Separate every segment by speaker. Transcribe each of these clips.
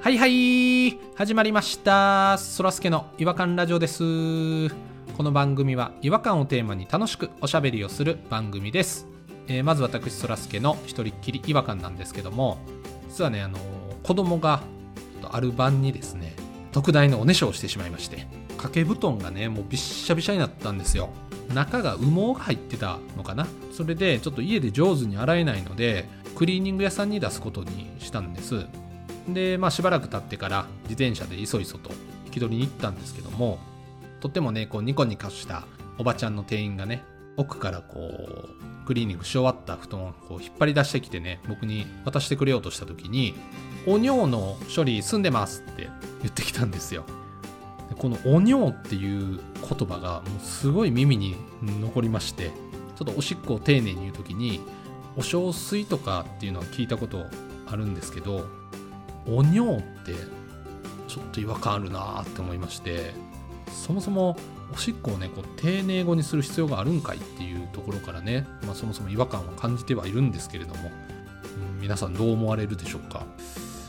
Speaker 1: はいはい始まりましたそらすけの違和感ラジオですこの番組は違和感をテーマに楽しくおしゃべりをする番組です、えーまず私そらすけの一人っきり違和感なんですけども実はねあの子供がちょっとある晩にですね特大のおねしょをしてしまいまして掛け布団がねもうびっしゃびしゃになったんですよ中が羽毛が入ってたのかなそれでちょっと家で上手に洗えないのでクリーニング屋さんに出すことにしたんですで、まあ、しばらく経ってから自転車でいそいそと引き取りに行ったんですけどもとってもねこうニコニコしたおばちゃんの店員がね奥からこうクリーニングし終わった布団をこう引っ張り出してきてね僕に渡してくれようとした時に「お尿の処理済んでます」って言ってきたんですよ。でこの「お尿」っていう言葉がもうすごい耳に残りましてちょっとおしっこを丁寧に言う時に「お小水」とかっていうのは聞いたことあるんですけどお尿ってちょっと違和感あるなーって思いましてそもそもおしっこをねこう丁寧語にする必要があるんかいっていうところからね、まあ、そもそも違和感を感じてはいるんですけれども、うん皆さんどう思われるでしょうか、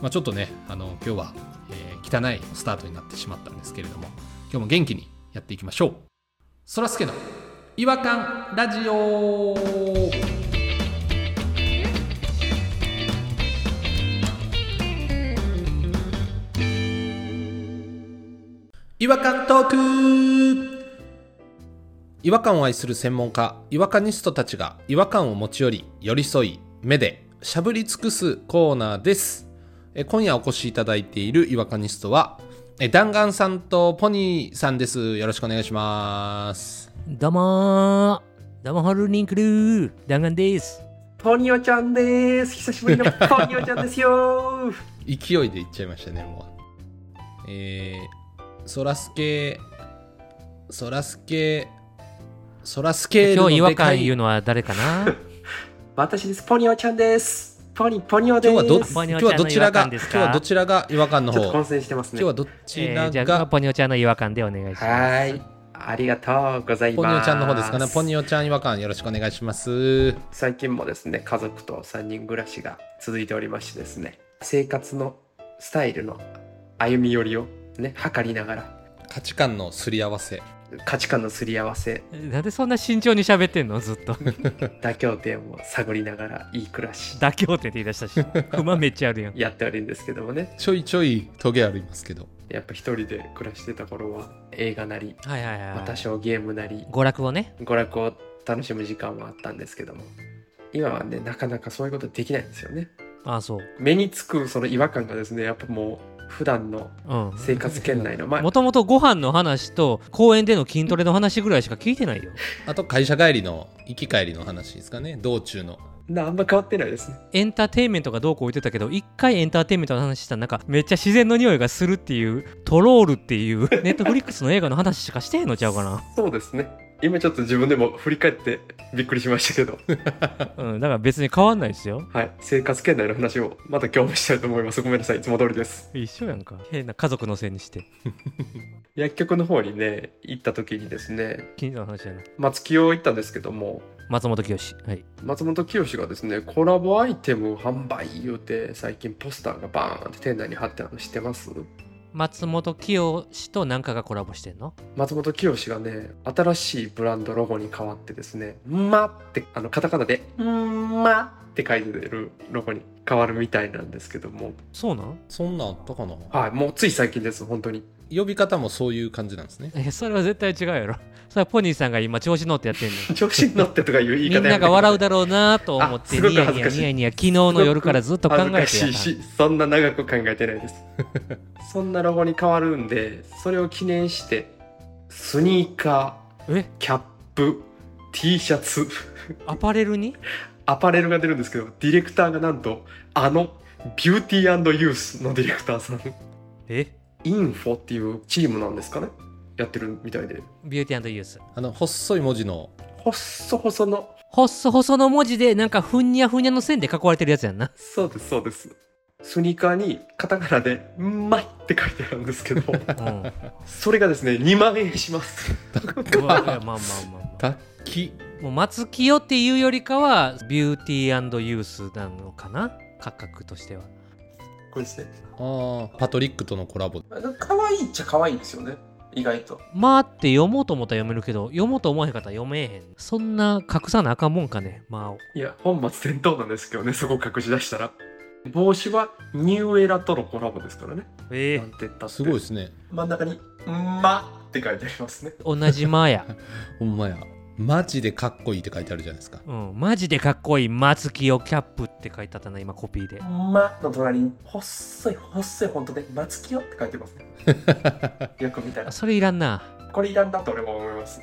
Speaker 1: まあ、ちょっとねあの今日は、えー汚いスタートになってしまったんですけれども今日も元気にやっていきましょうそらすけの違和感ラジオ違和感トーク違和感を愛する専門家違和感ニストたちが違和感を持ち寄り寄り添い目でしゃぶり尽くすコーナーですえ今夜お越しいただいている違和感ニストはえ弾丸さんとポニーさんですよろしくお願いします
Speaker 2: どうもーどうもホルニンクルー弾丸です
Speaker 3: ポニオちゃんです久しぶりのポニオちゃんですよ
Speaker 1: 勢いでいっちゃいましたねもうえー、そらすけそらすけそらすけ
Speaker 2: 今日違和感言う
Speaker 1: う
Speaker 2: のは誰かな
Speaker 3: 私ですポニオちゃんですポニポニオで
Speaker 1: 今
Speaker 3: す
Speaker 1: 日はど
Speaker 2: ポ
Speaker 1: 今
Speaker 2: ニ
Speaker 1: 日
Speaker 2: ョちゃん
Speaker 1: は
Speaker 2: の
Speaker 1: どちら
Speaker 2: 違和
Speaker 1: が今
Speaker 2: 感です
Speaker 1: 日
Speaker 2: か
Speaker 1: はどちらが違和感の
Speaker 3: ちょっと
Speaker 1: 方
Speaker 3: 混戦してます
Speaker 1: 今
Speaker 3: ね
Speaker 1: 日はど
Speaker 2: え
Speaker 1: ちら
Speaker 2: ー、じゃあ
Speaker 1: が
Speaker 2: ポニョちゃんの違和感でお願いします
Speaker 3: はいありがとうござい
Speaker 1: ポ
Speaker 3: ます
Speaker 1: ニョちゃんの方ですかね。ポニ
Speaker 3: オ
Speaker 1: ョちゃん違和感よろしくお願いします。
Speaker 3: 最近もですね家族と3人暮らしが続いておりましてですね生活のスタイルの歩み寄りをね測りながら
Speaker 1: 価値観のすり合わせ。
Speaker 3: 価値観のすり合わせ
Speaker 2: なんでそんな慎重に喋ってんのずっと
Speaker 3: 妥協点を探りながらいい暮らし
Speaker 2: 妥協点って言い出した し不満めっちゃあるやん
Speaker 3: やっておるんですけどもね
Speaker 1: ちょいちょいトゲありますけど。
Speaker 3: やっぱ一人で暮らしてた頃は映画なり
Speaker 2: はいはいはい、
Speaker 3: まあ多少ゲームなり
Speaker 2: 娯楽をね
Speaker 3: 娯楽を楽しむ時間はあったんですけども今はねなかなかそういうことできないんですよね
Speaker 2: あそう
Speaker 3: 目につくその違和感がですねやっぱもう普段の
Speaker 2: うん
Speaker 3: 生活圏内の前
Speaker 2: もともとご飯の話と公園での筋トレの話ぐらいしか聞いてないよ
Speaker 1: あと会社帰りの行き帰りの話ですかね。道中の。
Speaker 3: なあんま変わってないですね
Speaker 2: エンターテインメントがどうこう言ってたけど一回エンターテインメントの話したらなんかめっちゃ自然の匂いがするっていうトロールっていう ネットフリックスの映画の話しかしてへんのちゃうかな、
Speaker 3: そうですね今ちょっと自分でも振り返ってびっくりしました けど、
Speaker 2: うん、だから別に変わんないですよ
Speaker 3: はい、生活圏内の話をまた今日もしたいと思いますごめんなさいいつも通りです
Speaker 2: 一緒やんか変な家族のせいにして
Speaker 3: 薬局の方にね行った時にですね
Speaker 2: 近所の話やな
Speaker 3: 松木を行ったんですけども
Speaker 2: 松本清はい
Speaker 3: 松本清がですねコラボアイテム販売言うて最近ポスターがバーンって店内に貼ってあるの知ってます
Speaker 2: 松本清となんかがコラボしてんの
Speaker 3: 松本清がね新しいブランドロゴに変わってですね「ま」ってあのカタカナで「んま」って書いてるロゴに変わるみたいなんですけども
Speaker 2: そうなん
Speaker 1: そんなんあったかな。
Speaker 3: はいもうつい最近です本当に
Speaker 1: 呼び方もそういう感じなんですね。
Speaker 2: えそれは絶対違うやろそれはポニーさんが今調子乗ってやってんの
Speaker 3: 調子に乗ってとか いう言
Speaker 2: み
Speaker 3: い方や
Speaker 2: ん
Speaker 3: めて
Speaker 2: なが笑うだろうなと思って
Speaker 3: あすご
Speaker 2: ニ
Speaker 3: く
Speaker 2: ヤ
Speaker 3: 恥
Speaker 2: ニ
Speaker 3: ず
Speaker 2: ヤ
Speaker 3: かしい
Speaker 2: ニヤニヤ昨日の夜からずっと考えてやっ
Speaker 3: 恥ずか
Speaker 2: た
Speaker 3: しいしそんな長く考えてないですそんなロゴに変わるんでそれを記念してスニーカ
Speaker 2: え
Speaker 3: ーキャップ T シャツ
Speaker 2: アパレルに
Speaker 3: アパレルが出るんですけどディレクターがなんとあのビューティーユースのディレクターさん
Speaker 2: え
Speaker 3: インフォっていうチームなんですかねやってるみたいで
Speaker 2: ビューティーユース
Speaker 1: あの、細い文字の。
Speaker 3: 細細の
Speaker 2: 細細の文字でなんかふんにゃふにゃの線で囲われてるやつやんな
Speaker 3: そうですそうですスニーカーにカタカナで「んまい」って書いてあるんですけ ど
Speaker 2: うん
Speaker 3: それがですね2万円します
Speaker 2: うわいやまあまあまあ、ま
Speaker 1: 楽器。
Speaker 2: あ、もう松清っていうよりかはビューティーユースなのかな価格としては
Speaker 3: こいつね
Speaker 1: ああパトリックとのコラボ
Speaker 3: 可愛いっちゃ可愛いですよね意外と
Speaker 2: まあって読もうと思ったら読めるけど、読もうと思わへんかったら読めえへん。そんな隠さなあかんもんかね、まあを。
Speaker 3: いや本末転倒なんですけどねそこ隠し出したら帽子はニューエラとのコラボですからね
Speaker 2: え
Speaker 3: なんて言ったって
Speaker 1: すごいですね
Speaker 3: 真ん中に「ま」って書いてありますね
Speaker 2: 同じまあや。
Speaker 1: ほんまやマジでかっこいいって書いてあるじゃないですか
Speaker 2: うん、マジでかっこいい松木をキャップって書いてあったな、今コピーで
Speaker 3: 「。ま」の隣に細い細いフォントで「松木よ」って書いてますね よく見たら
Speaker 2: あそれいらんな。
Speaker 3: これいらんだと俺も思います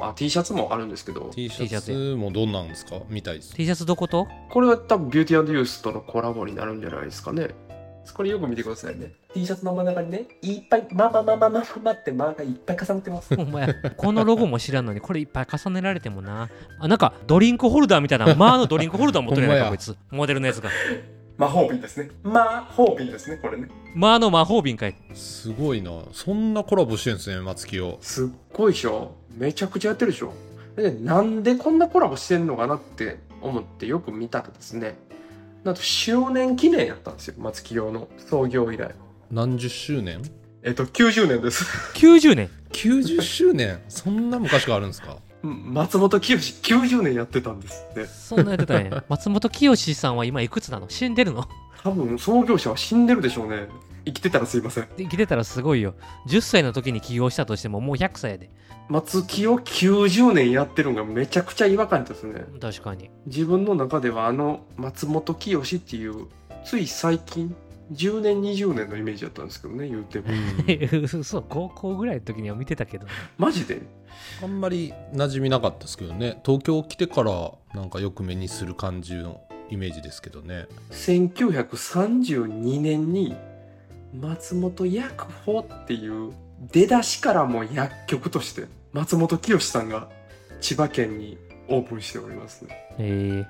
Speaker 3: あ T シャツもあるんですけど
Speaker 1: T シャツもどんなんですかみたいです
Speaker 2: T シャツどこと
Speaker 3: これは多分ビューティーユースとのコラボになるんじゃないですかねこれよく見てくださいね T シャツの真ん中にねいっぱい「まあまあまあまあまあまあ」ってマーがいっぱい重なってます
Speaker 2: お前、このロゴも知らんのに、これいっぱい重ねられてもな。あ、なんかドリンクホルダーみたいな、まあのドリンクホルダー持ってる やんか、
Speaker 1: ほんまや
Speaker 2: こいつ。モデルのやつが。
Speaker 3: 魔法瓶ですね魔法瓶ですねこれね
Speaker 2: まあの魔法瓶かい。
Speaker 1: すごいなそんなコラボしてるんですね松木を
Speaker 3: すっごいでしょめちゃくちゃやってるでしょでなんでこんなコラボしてんのかなって思ってよく見たらですねなんと周年記念やったんですよ松木用の創業以来
Speaker 1: 何十周年
Speaker 3: えっと90年です
Speaker 2: 90年。
Speaker 1: 90周年そんな昔があるんですか
Speaker 3: うん松本清90年やってたんですって
Speaker 2: そんなやってたんや。 松本清さんは今いくつなの死んでるの
Speaker 3: 多分創業者は死んでるでしょうね生きてたらすいません
Speaker 2: 生きてたらすごいよ。10歳の時に起業したとしてももう100歳やで。
Speaker 3: 松木を90年やってるのがめちゃくちゃ違和感ですね
Speaker 2: 確かに。
Speaker 3: 自分の中ではあの松本清っていうつい最近10年20年のイメージだったんですけどね言うても
Speaker 2: そう、高校ぐらいの時には見てたけど。
Speaker 3: マジで
Speaker 1: あんまり馴染みなかったですけどね東京来てからなんかよく目にする感じのイメージですけどね
Speaker 3: 1932年に松本薬法っていう出だしからもう薬局として松本清さんが千葉県にオープンしておりますね
Speaker 2: え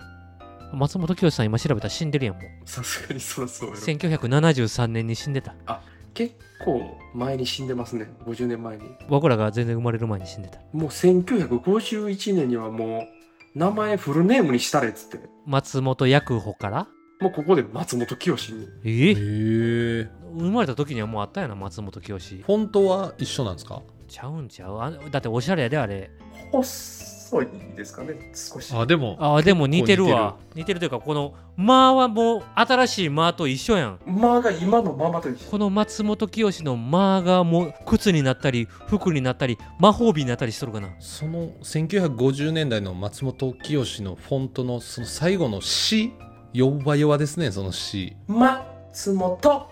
Speaker 2: ー、松本清さん今調べたら死んでるやんもう
Speaker 3: さすがにそらそうやろ
Speaker 2: 1973年に死んでた
Speaker 3: 結構前に死んでますね50年前に
Speaker 2: 僕らが全然生まれる前に死んでた
Speaker 3: もう1951年にはもう名前フルネームにしたれっつって
Speaker 2: 松本薬穂から
Speaker 3: もうここで松本清に
Speaker 2: え
Speaker 1: へえ
Speaker 2: ー
Speaker 1: フ
Speaker 2: 生まれた時にはもうあったやな松本清ち
Speaker 1: ォントは一緒なんですか
Speaker 2: ゃうんちゃうあだっておしゃれやであれ
Speaker 3: 細いですかね少し
Speaker 1: あでも
Speaker 2: あでも似てるわ似てるというかこの「間」はもう新しい「間」と一緒やん
Speaker 3: まが今のままと一緒
Speaker 2: この松本清の「間」がもう靴になったり服になったり魔法瓶になったりしとるかな
Speaker 1: その1950年代の松本清のフォントのその最後の「し」弱々ですねその「し
Speaker 3: 松本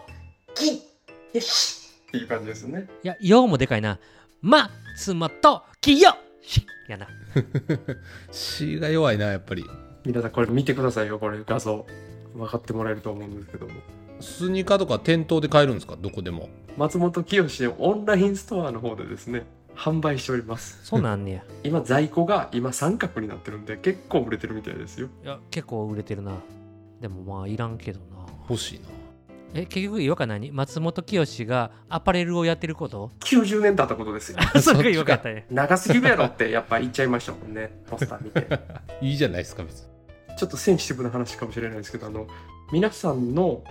Speaker 3: きよしっていう感じですね
Speaker 2: いや「よ」もでかいな「松本清」やな」
Speaker 1: 「し」が弱いなやっぱり
Speaker 3: 皆さんこれ見てくださいよこれ画像分かってもらえると思うんですけども
Speaker 1: スニーカーとか店頭で買えるんですかどこでも
Speaker 3: 松本清をオンラインストアの方でですね販売しております
Speaker 2: そうなんねや。
Speaker 3: 今在庫が今三角になってるんで結構売れてるみたいですよ
Speaker 2: いや、結構売れてるな。でもまあ、いらんけどな。
Speaker 1: 欲しいな
Speaker 2: え、結局、違和感何松本清がアパレルをやってること
Speaker 3: 90年だったことですよ
Speaker 2: それが違和感やったね。
Speaker 3: 長すぎるやろってやっぱ言っちゃいましたもんねポスター見て
Speaker 1: いいじゃないですか別に
Speaker 3: ちょっとセンシティブな話かもしれないですけどあの皆さんの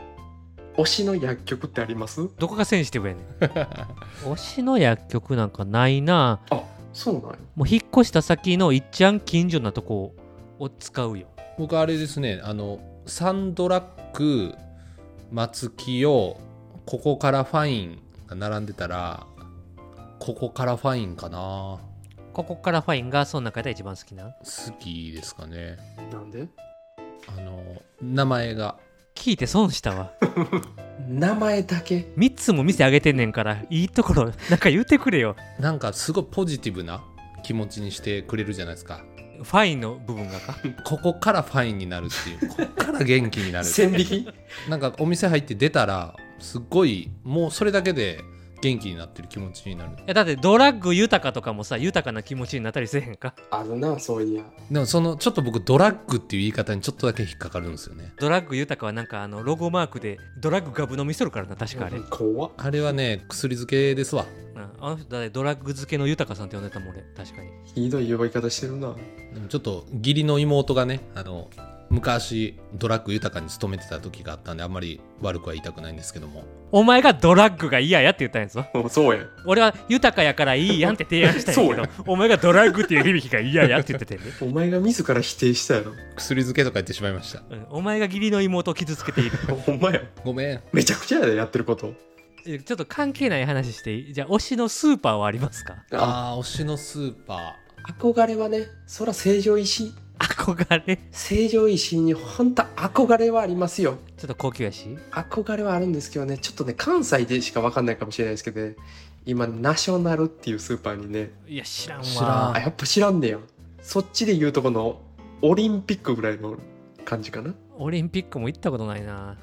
Speaker 3: 推しの薬局ってあります
Speaker 2: どこがセンシティブやねん。 推しの薬局なんかないな。
Speaker 3: あそうなんや
Speaker 2: もう引っ越した先のいっちゃん近所なとこを使うよ。
Speaker 1: 僕あれですねあのサンドラック松清ここからファインが並んでたらここからファインかな
Speaker 2: ここからファインがその中で一番好きな。
Speaker 1: 好きですかね
Speaker 3: なんで
Speaker 1: あの名前が
Speaker 2: 聞いて損したわ。
Speaker 3: 名前だけ
Speaker 2: 3つも店あげてんねんから、いいところ、なんか言うてくれよ。
Speaker 1: なんかすごいポジティブな気持ちにしてくれるじゃないですか
Speaker 2: ファインの部分がか。
Speaker 1: ここからファインになるっていうここから元気になる
Speaker 3: 線引き
Speaker 1: なんかお店入って出たらすっごいもうそれだけで元気になってる気持ちになる
Speaker 2: いやだってドラッグ豊かとかもさ豊かな気持ちになったりせえへんか
Speaker 3: あるなそういや
Speaker 1: でもそのちょっと僕ドラッグっていう言い方にちょっとだけ引っかかるんですよね
Speaker 2: ドラッグ豊かはなんかあのロゴマークでドラッグガブ飲みしとるからな確かあれ、うん
Speaker 3: 怖っ
Speaker 1: あれはね薬漬けですわ
Speaker 2: あの人だってドラッグ漬けの豊かさんって呼んでたもん俺確かに
Speaker 3: ひどい呼び方してるな
Speaker 1: でもちょっと義理の妹がねあの昔ドラッグ豊かに勤めてた時があったんであんまり悪くは言いたくないんですけども
Speaker 2: お前がドラッグが嫌やって言ったんやぞ
Speaker 3: うんそうや
Speaker 2: 俺は豊かやからいいやんって提案したんやけ
Speaker 3: そう
Speaker 2: ど
Speaker 3: や
Speaker 2: お前がドラッグっていう響きが嫌やって言ってて んで、
Speaker 3: お前が自ら否定したやろ
Speaker 1: 薬漬けとか言ってしまいました
Speaker 2: うん、お前が義理の妹を傷つけている
Speaker 3: ほんまや
Speaker 1: ごめん
Speaker 3: めちゃくちゃやでやってること
Speaker 2: えちょっと関係ない話していいじゃあ推しのスーパーはありますか
Speaker 1: あー推しのスーパ
Speaker 3: 憧れはねそら成城石井
Speaker 2: 憧れち
Speaker 3: 成城石井に本当憧れはありますよ
Speaker 2: ょっと高級やし
Speaker 3: 憧れはあるんですけどねちょっとね関西でしか分かんないかもしれないですけどね今ナショナルっていうスーパーにね
Speaker 2: いや知らんわ
Speaker 1: 知らん
Speaker 3: あやっぱ知らんねやそっちで言うとこのオリンピックぐらいの感じかな
Speaker 2: オリンピックも行ったことないな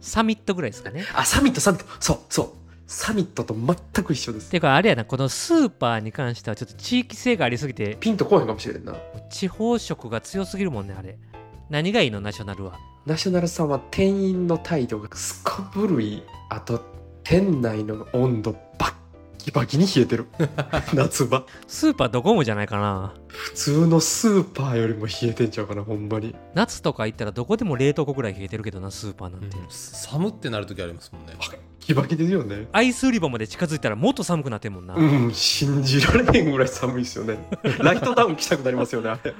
Speaker 2: サミットぐらいですかね
Speaker 3: あサミットサミットそうそうサミットと全く一緒です
Speaker 2: てかあれやなこのスーパーに関してはちょっと地域性がありすぎて
Speaker 3: ピンとこうへんかもしれんな
Speaker 2: 地方色が強すぎるもんねあれ何がいいのナショナルは
Speaker 3: ナショナルさんは店員の態度がすこぶるいいあと店内の温度バッキバキに冷えてる夏場
Speaker 2: スーパードコモじゃないかな
Speaker 3: 普通のスーパーよりも冷えてんちゃうかなほんまに
Speaker 2: 夏とか行ったらどこでも冷凍庫ぐらい冷えてるけどなスーパーな
Speaker 1: ー、
Speaker 2: んて、
Speaker 1: 寒ってなる時ありますもんね
Speaker 3: キバキですよね
Speaker 2: アイス売り場まで近づいたらもっと寒くなってんもんな、
Speaker 3: うん信じられへんぐらい寒いですよねライトダウン着たくなりますよねあれ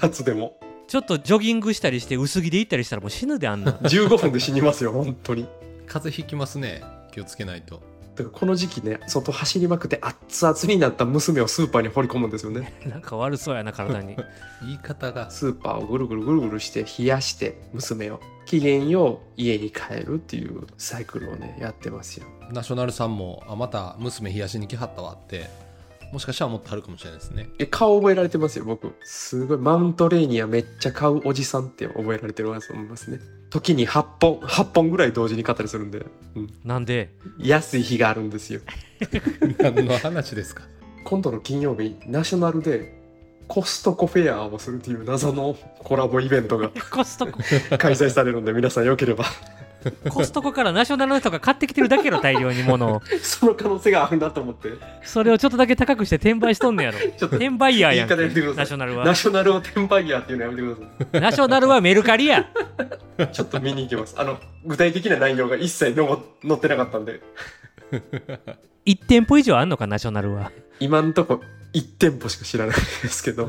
Speaker 3: 夏でも
Speaker 2: ちょっとジョギングしたりして薄着で行ったりしたらもう死ぬであんな
Speaker 3: 15分で死にますよ本当に
Speaker 1: 風邪ひきますね気をつけないと
Speaker 3: だからこの時期ね外走りまくって熱々になった娘をスーパーに放り込むんですよ ね
Speaker 2: なんか悪そうやな体に
Speaker 1: 言い方が
Speaker 3: スーパーをぐるぐるぐるぐるして冷やして娘を期限よう家に帰るっていうサイクルをねやってますよ
Speaker 1: ナショナルさんもあまた娘冷やしに来はったわってもしかしたらもっとあるかもしれないですね
Speaker 3: え顔覚えられてますよ僕すごいマウントレーニアめっちゃ買うおじさんって覚えられてるわと思いますね時に8本8本ぐらい同時に買ったりするんで、うん、
Speaker 2: なんで
Speaker 3: 安い日があるんですよ
Speaker 1: 何の話ですか
Speaker 3: 今度の金曜日ナショナルでコストコフェアをするという謎のコラボイベントが
Speaker 2: コストコ
Speaker 3: 開催されるので皆さんよければ
Speaker 2: コストコからナショナルの人が買ってきてるだけの大量に物 を
Speaker 3: その可能性があるなと思って
Speaker 2: それをちょっとだけ高くして転売しとんねやろ
Speaker 3: ちょっと
Speaker 2: 転売ヤーやんけ
Speaker 3: 言い方やめてください
Speaker 2: ナショナルは
Speaker 3: ナショナルを転売ヤーっていうのやめてくださ
Speaker 2: ナショナルはメルカリや
Speaker 3: いちょっと見に行きますあの具体的な内容が一切のぼ載ってなかったんで
Speaker 2: 1店舗以上あんのかナショナルは
Speaker 3: 今んとこ1店舗しか知らないですけ ど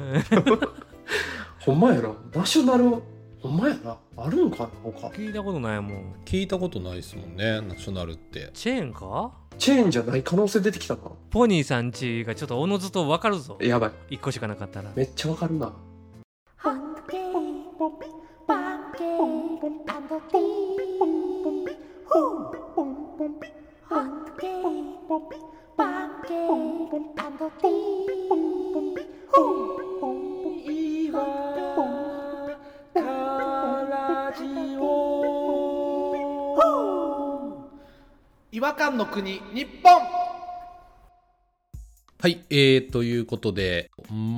Speaker 3: ほんまやなナショナルほんまやなあるんかな他
Speaker 2: 聞いたことないもん
Speaker 1: 聞いたことないですもんねナショナルって
Speaker 2: チェーンか
Speaker 3: チェーンじゃない可能性出てきたな
Speaker 2: ポニーさんちがちょっとおのずと分かるぞ
Speaker 3: やばい
Speaker 2: 1個しかなかったら
Speaker 3: めっちゃわかるな
Speaker 4: Hunky,
Speaker 1: 違和感の国日本はいえー、ということで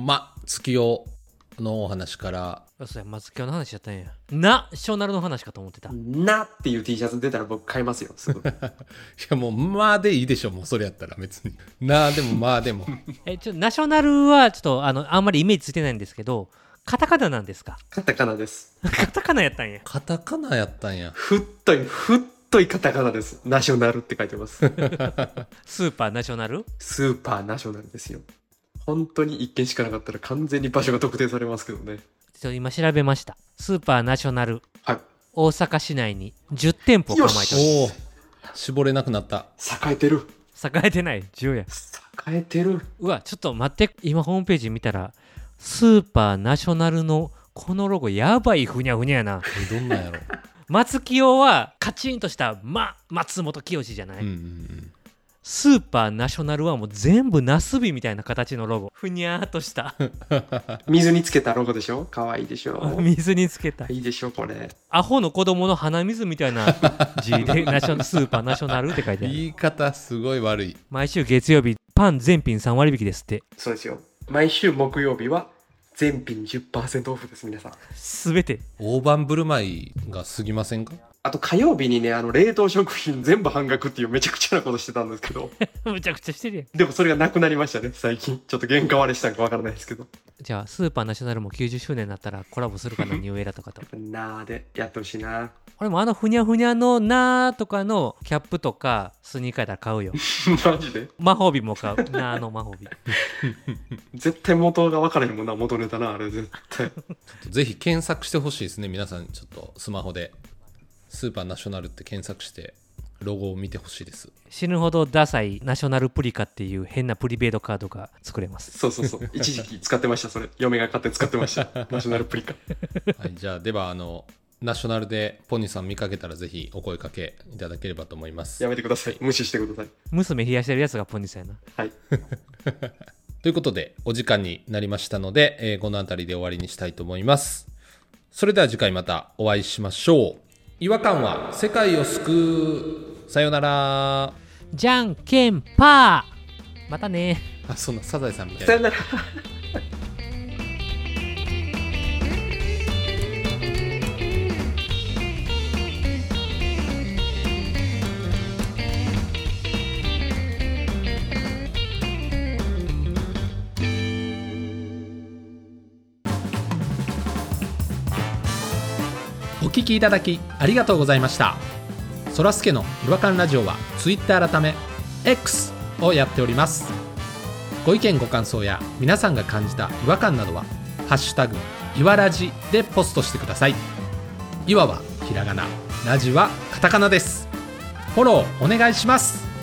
Speaker 1: ま月夜のお話から
Speaker 2: あそうや松木の話やったんやナショナルの話かと思ってた
Speaker 3: なっていう T シャツ出たら僕買いますよす ぐ
Speaker 1: いやもうまあでいいでしょもうそれやったら別になあでもまあでも
Speaker 2: えちょナショナルはちょっとあのあんまりイメージついてないんですけどカタカナなんです か
Speaker 3: カタカナです
Speaker 2: カタカナやったんや
Speaker 1: カタカナやったんや
Speaker 3: ふっといふっといカタカナですナショナルって書いてます
Speaker 2: スーパーナショナル
Speaker 3: スーパーナショナルですよ本当に1件しかなかったら完全に場所が特定されますけどね
Speaker 2: ちょ今調べましたスーパーナショナル
Speaker 3: はい
Speaker 2: 大阪市内に10店舗構えて
Speaker 1: おお絞れなくなった
Speaker 3: 栄えてる
Speaker 2: ます栄えてない10や
Speaker 3: 栄えてる
Speaker 2: うわちょっと待って今ホームページ見たらスーパーナショナルのこのロゴやばいふにゃふにゃやな
Speaker 1: えどんなんやろ
Speaker 2: 松清はカチンとした「ま」松本清じゃない、
Speaker 1: うんうんうん
Speaker 2: スーパーナショナルはもう全部ナスビみたいな形のロゴふにゃーっとした
Speaker 3: 水につけたロゴでしょ可愛いでしょ
Speaker 2: 水につけた
Speaker 3: いいでしょこれ
Speaker 2: アホの子供の鼻水みたいな字でナショスーパーナショナルって書いてある
Speaker 1: 言い方すごい悪い
Speaker 2: 毎週月曜日パン全品3割引きですって
Speaker 3: そうですよ毎週木曜日は全品10%オフです皆さん
Speaker 2: 全て
Speaker 1: 大盤振る舞いが過ぎませんか
Speaker 3: あと火曜日にねあの冷凍食品全部半額っていうめちゃくちゃなことしてたんですけど
Speaker 2: むちゃくちゃしてるやん
Speaker 3: でもそれがなくなりましたね最近ちょっと原価割れしたんかわからないですけど
Speaker 2: じゃあスーパーナショナルも90周年になったらコラボするかな ニューエラとかと
Speaker 3: なーでやってほしいな。
Speaker 2: 俺もあのふにゃふにゃのなーとかのキャップとかスニーカーだら買うよ
Speaker 3: マジで
Speaker 2: 魔法瓶も買うなーの魔法瓶
Speaker 3: 絶対元が分からへんもんな、元ネタな、あれ絶対。
Speaker 1: ぜひ検索してほしいですね皆さんちょっとスマホでスーパーナショナルって検索してロゴを見てほしいです
Speaker 2: 死ぬほどダサいナショナルプリカっていう変なプリベートカードが作れます
Speaker 3: そうそうそう。一時期使ってました、それ。嫁が買って使ってました。ナショナルプリカ。
Speaker 1: はい、じゃあではあのナショナルでポニーさん見かけたらぜひお声かけいただければと思います
Speaker 3: やめてください。無視してください。
Speaker 2: 娘冷やしてるやつがポニーさんやな
Speaker 3: はい。
Speaker 1: ということでお時間になりましたので、えーこの辺りで終わりにしたいと思いますそれでは次回またお会いしましょう違和感は世界を救うさようならあ
Speaker 2: じゃんけんパーまたね
Speaker 1: そんなサザエさんみたい
Speaker 3: さ
Speaker 1: な
Speaker 3: よなら。
Speaker 1: お聞きいただきありがとうございましたそらすけの違和感ラジオは Twitter 改め X をやっておりますご意見ご感想や皆さんが感じた違和感などは「ハッシュタグいわらじ」でポストしてくださいいわはひらがなラジはカタカナですフォローお願いします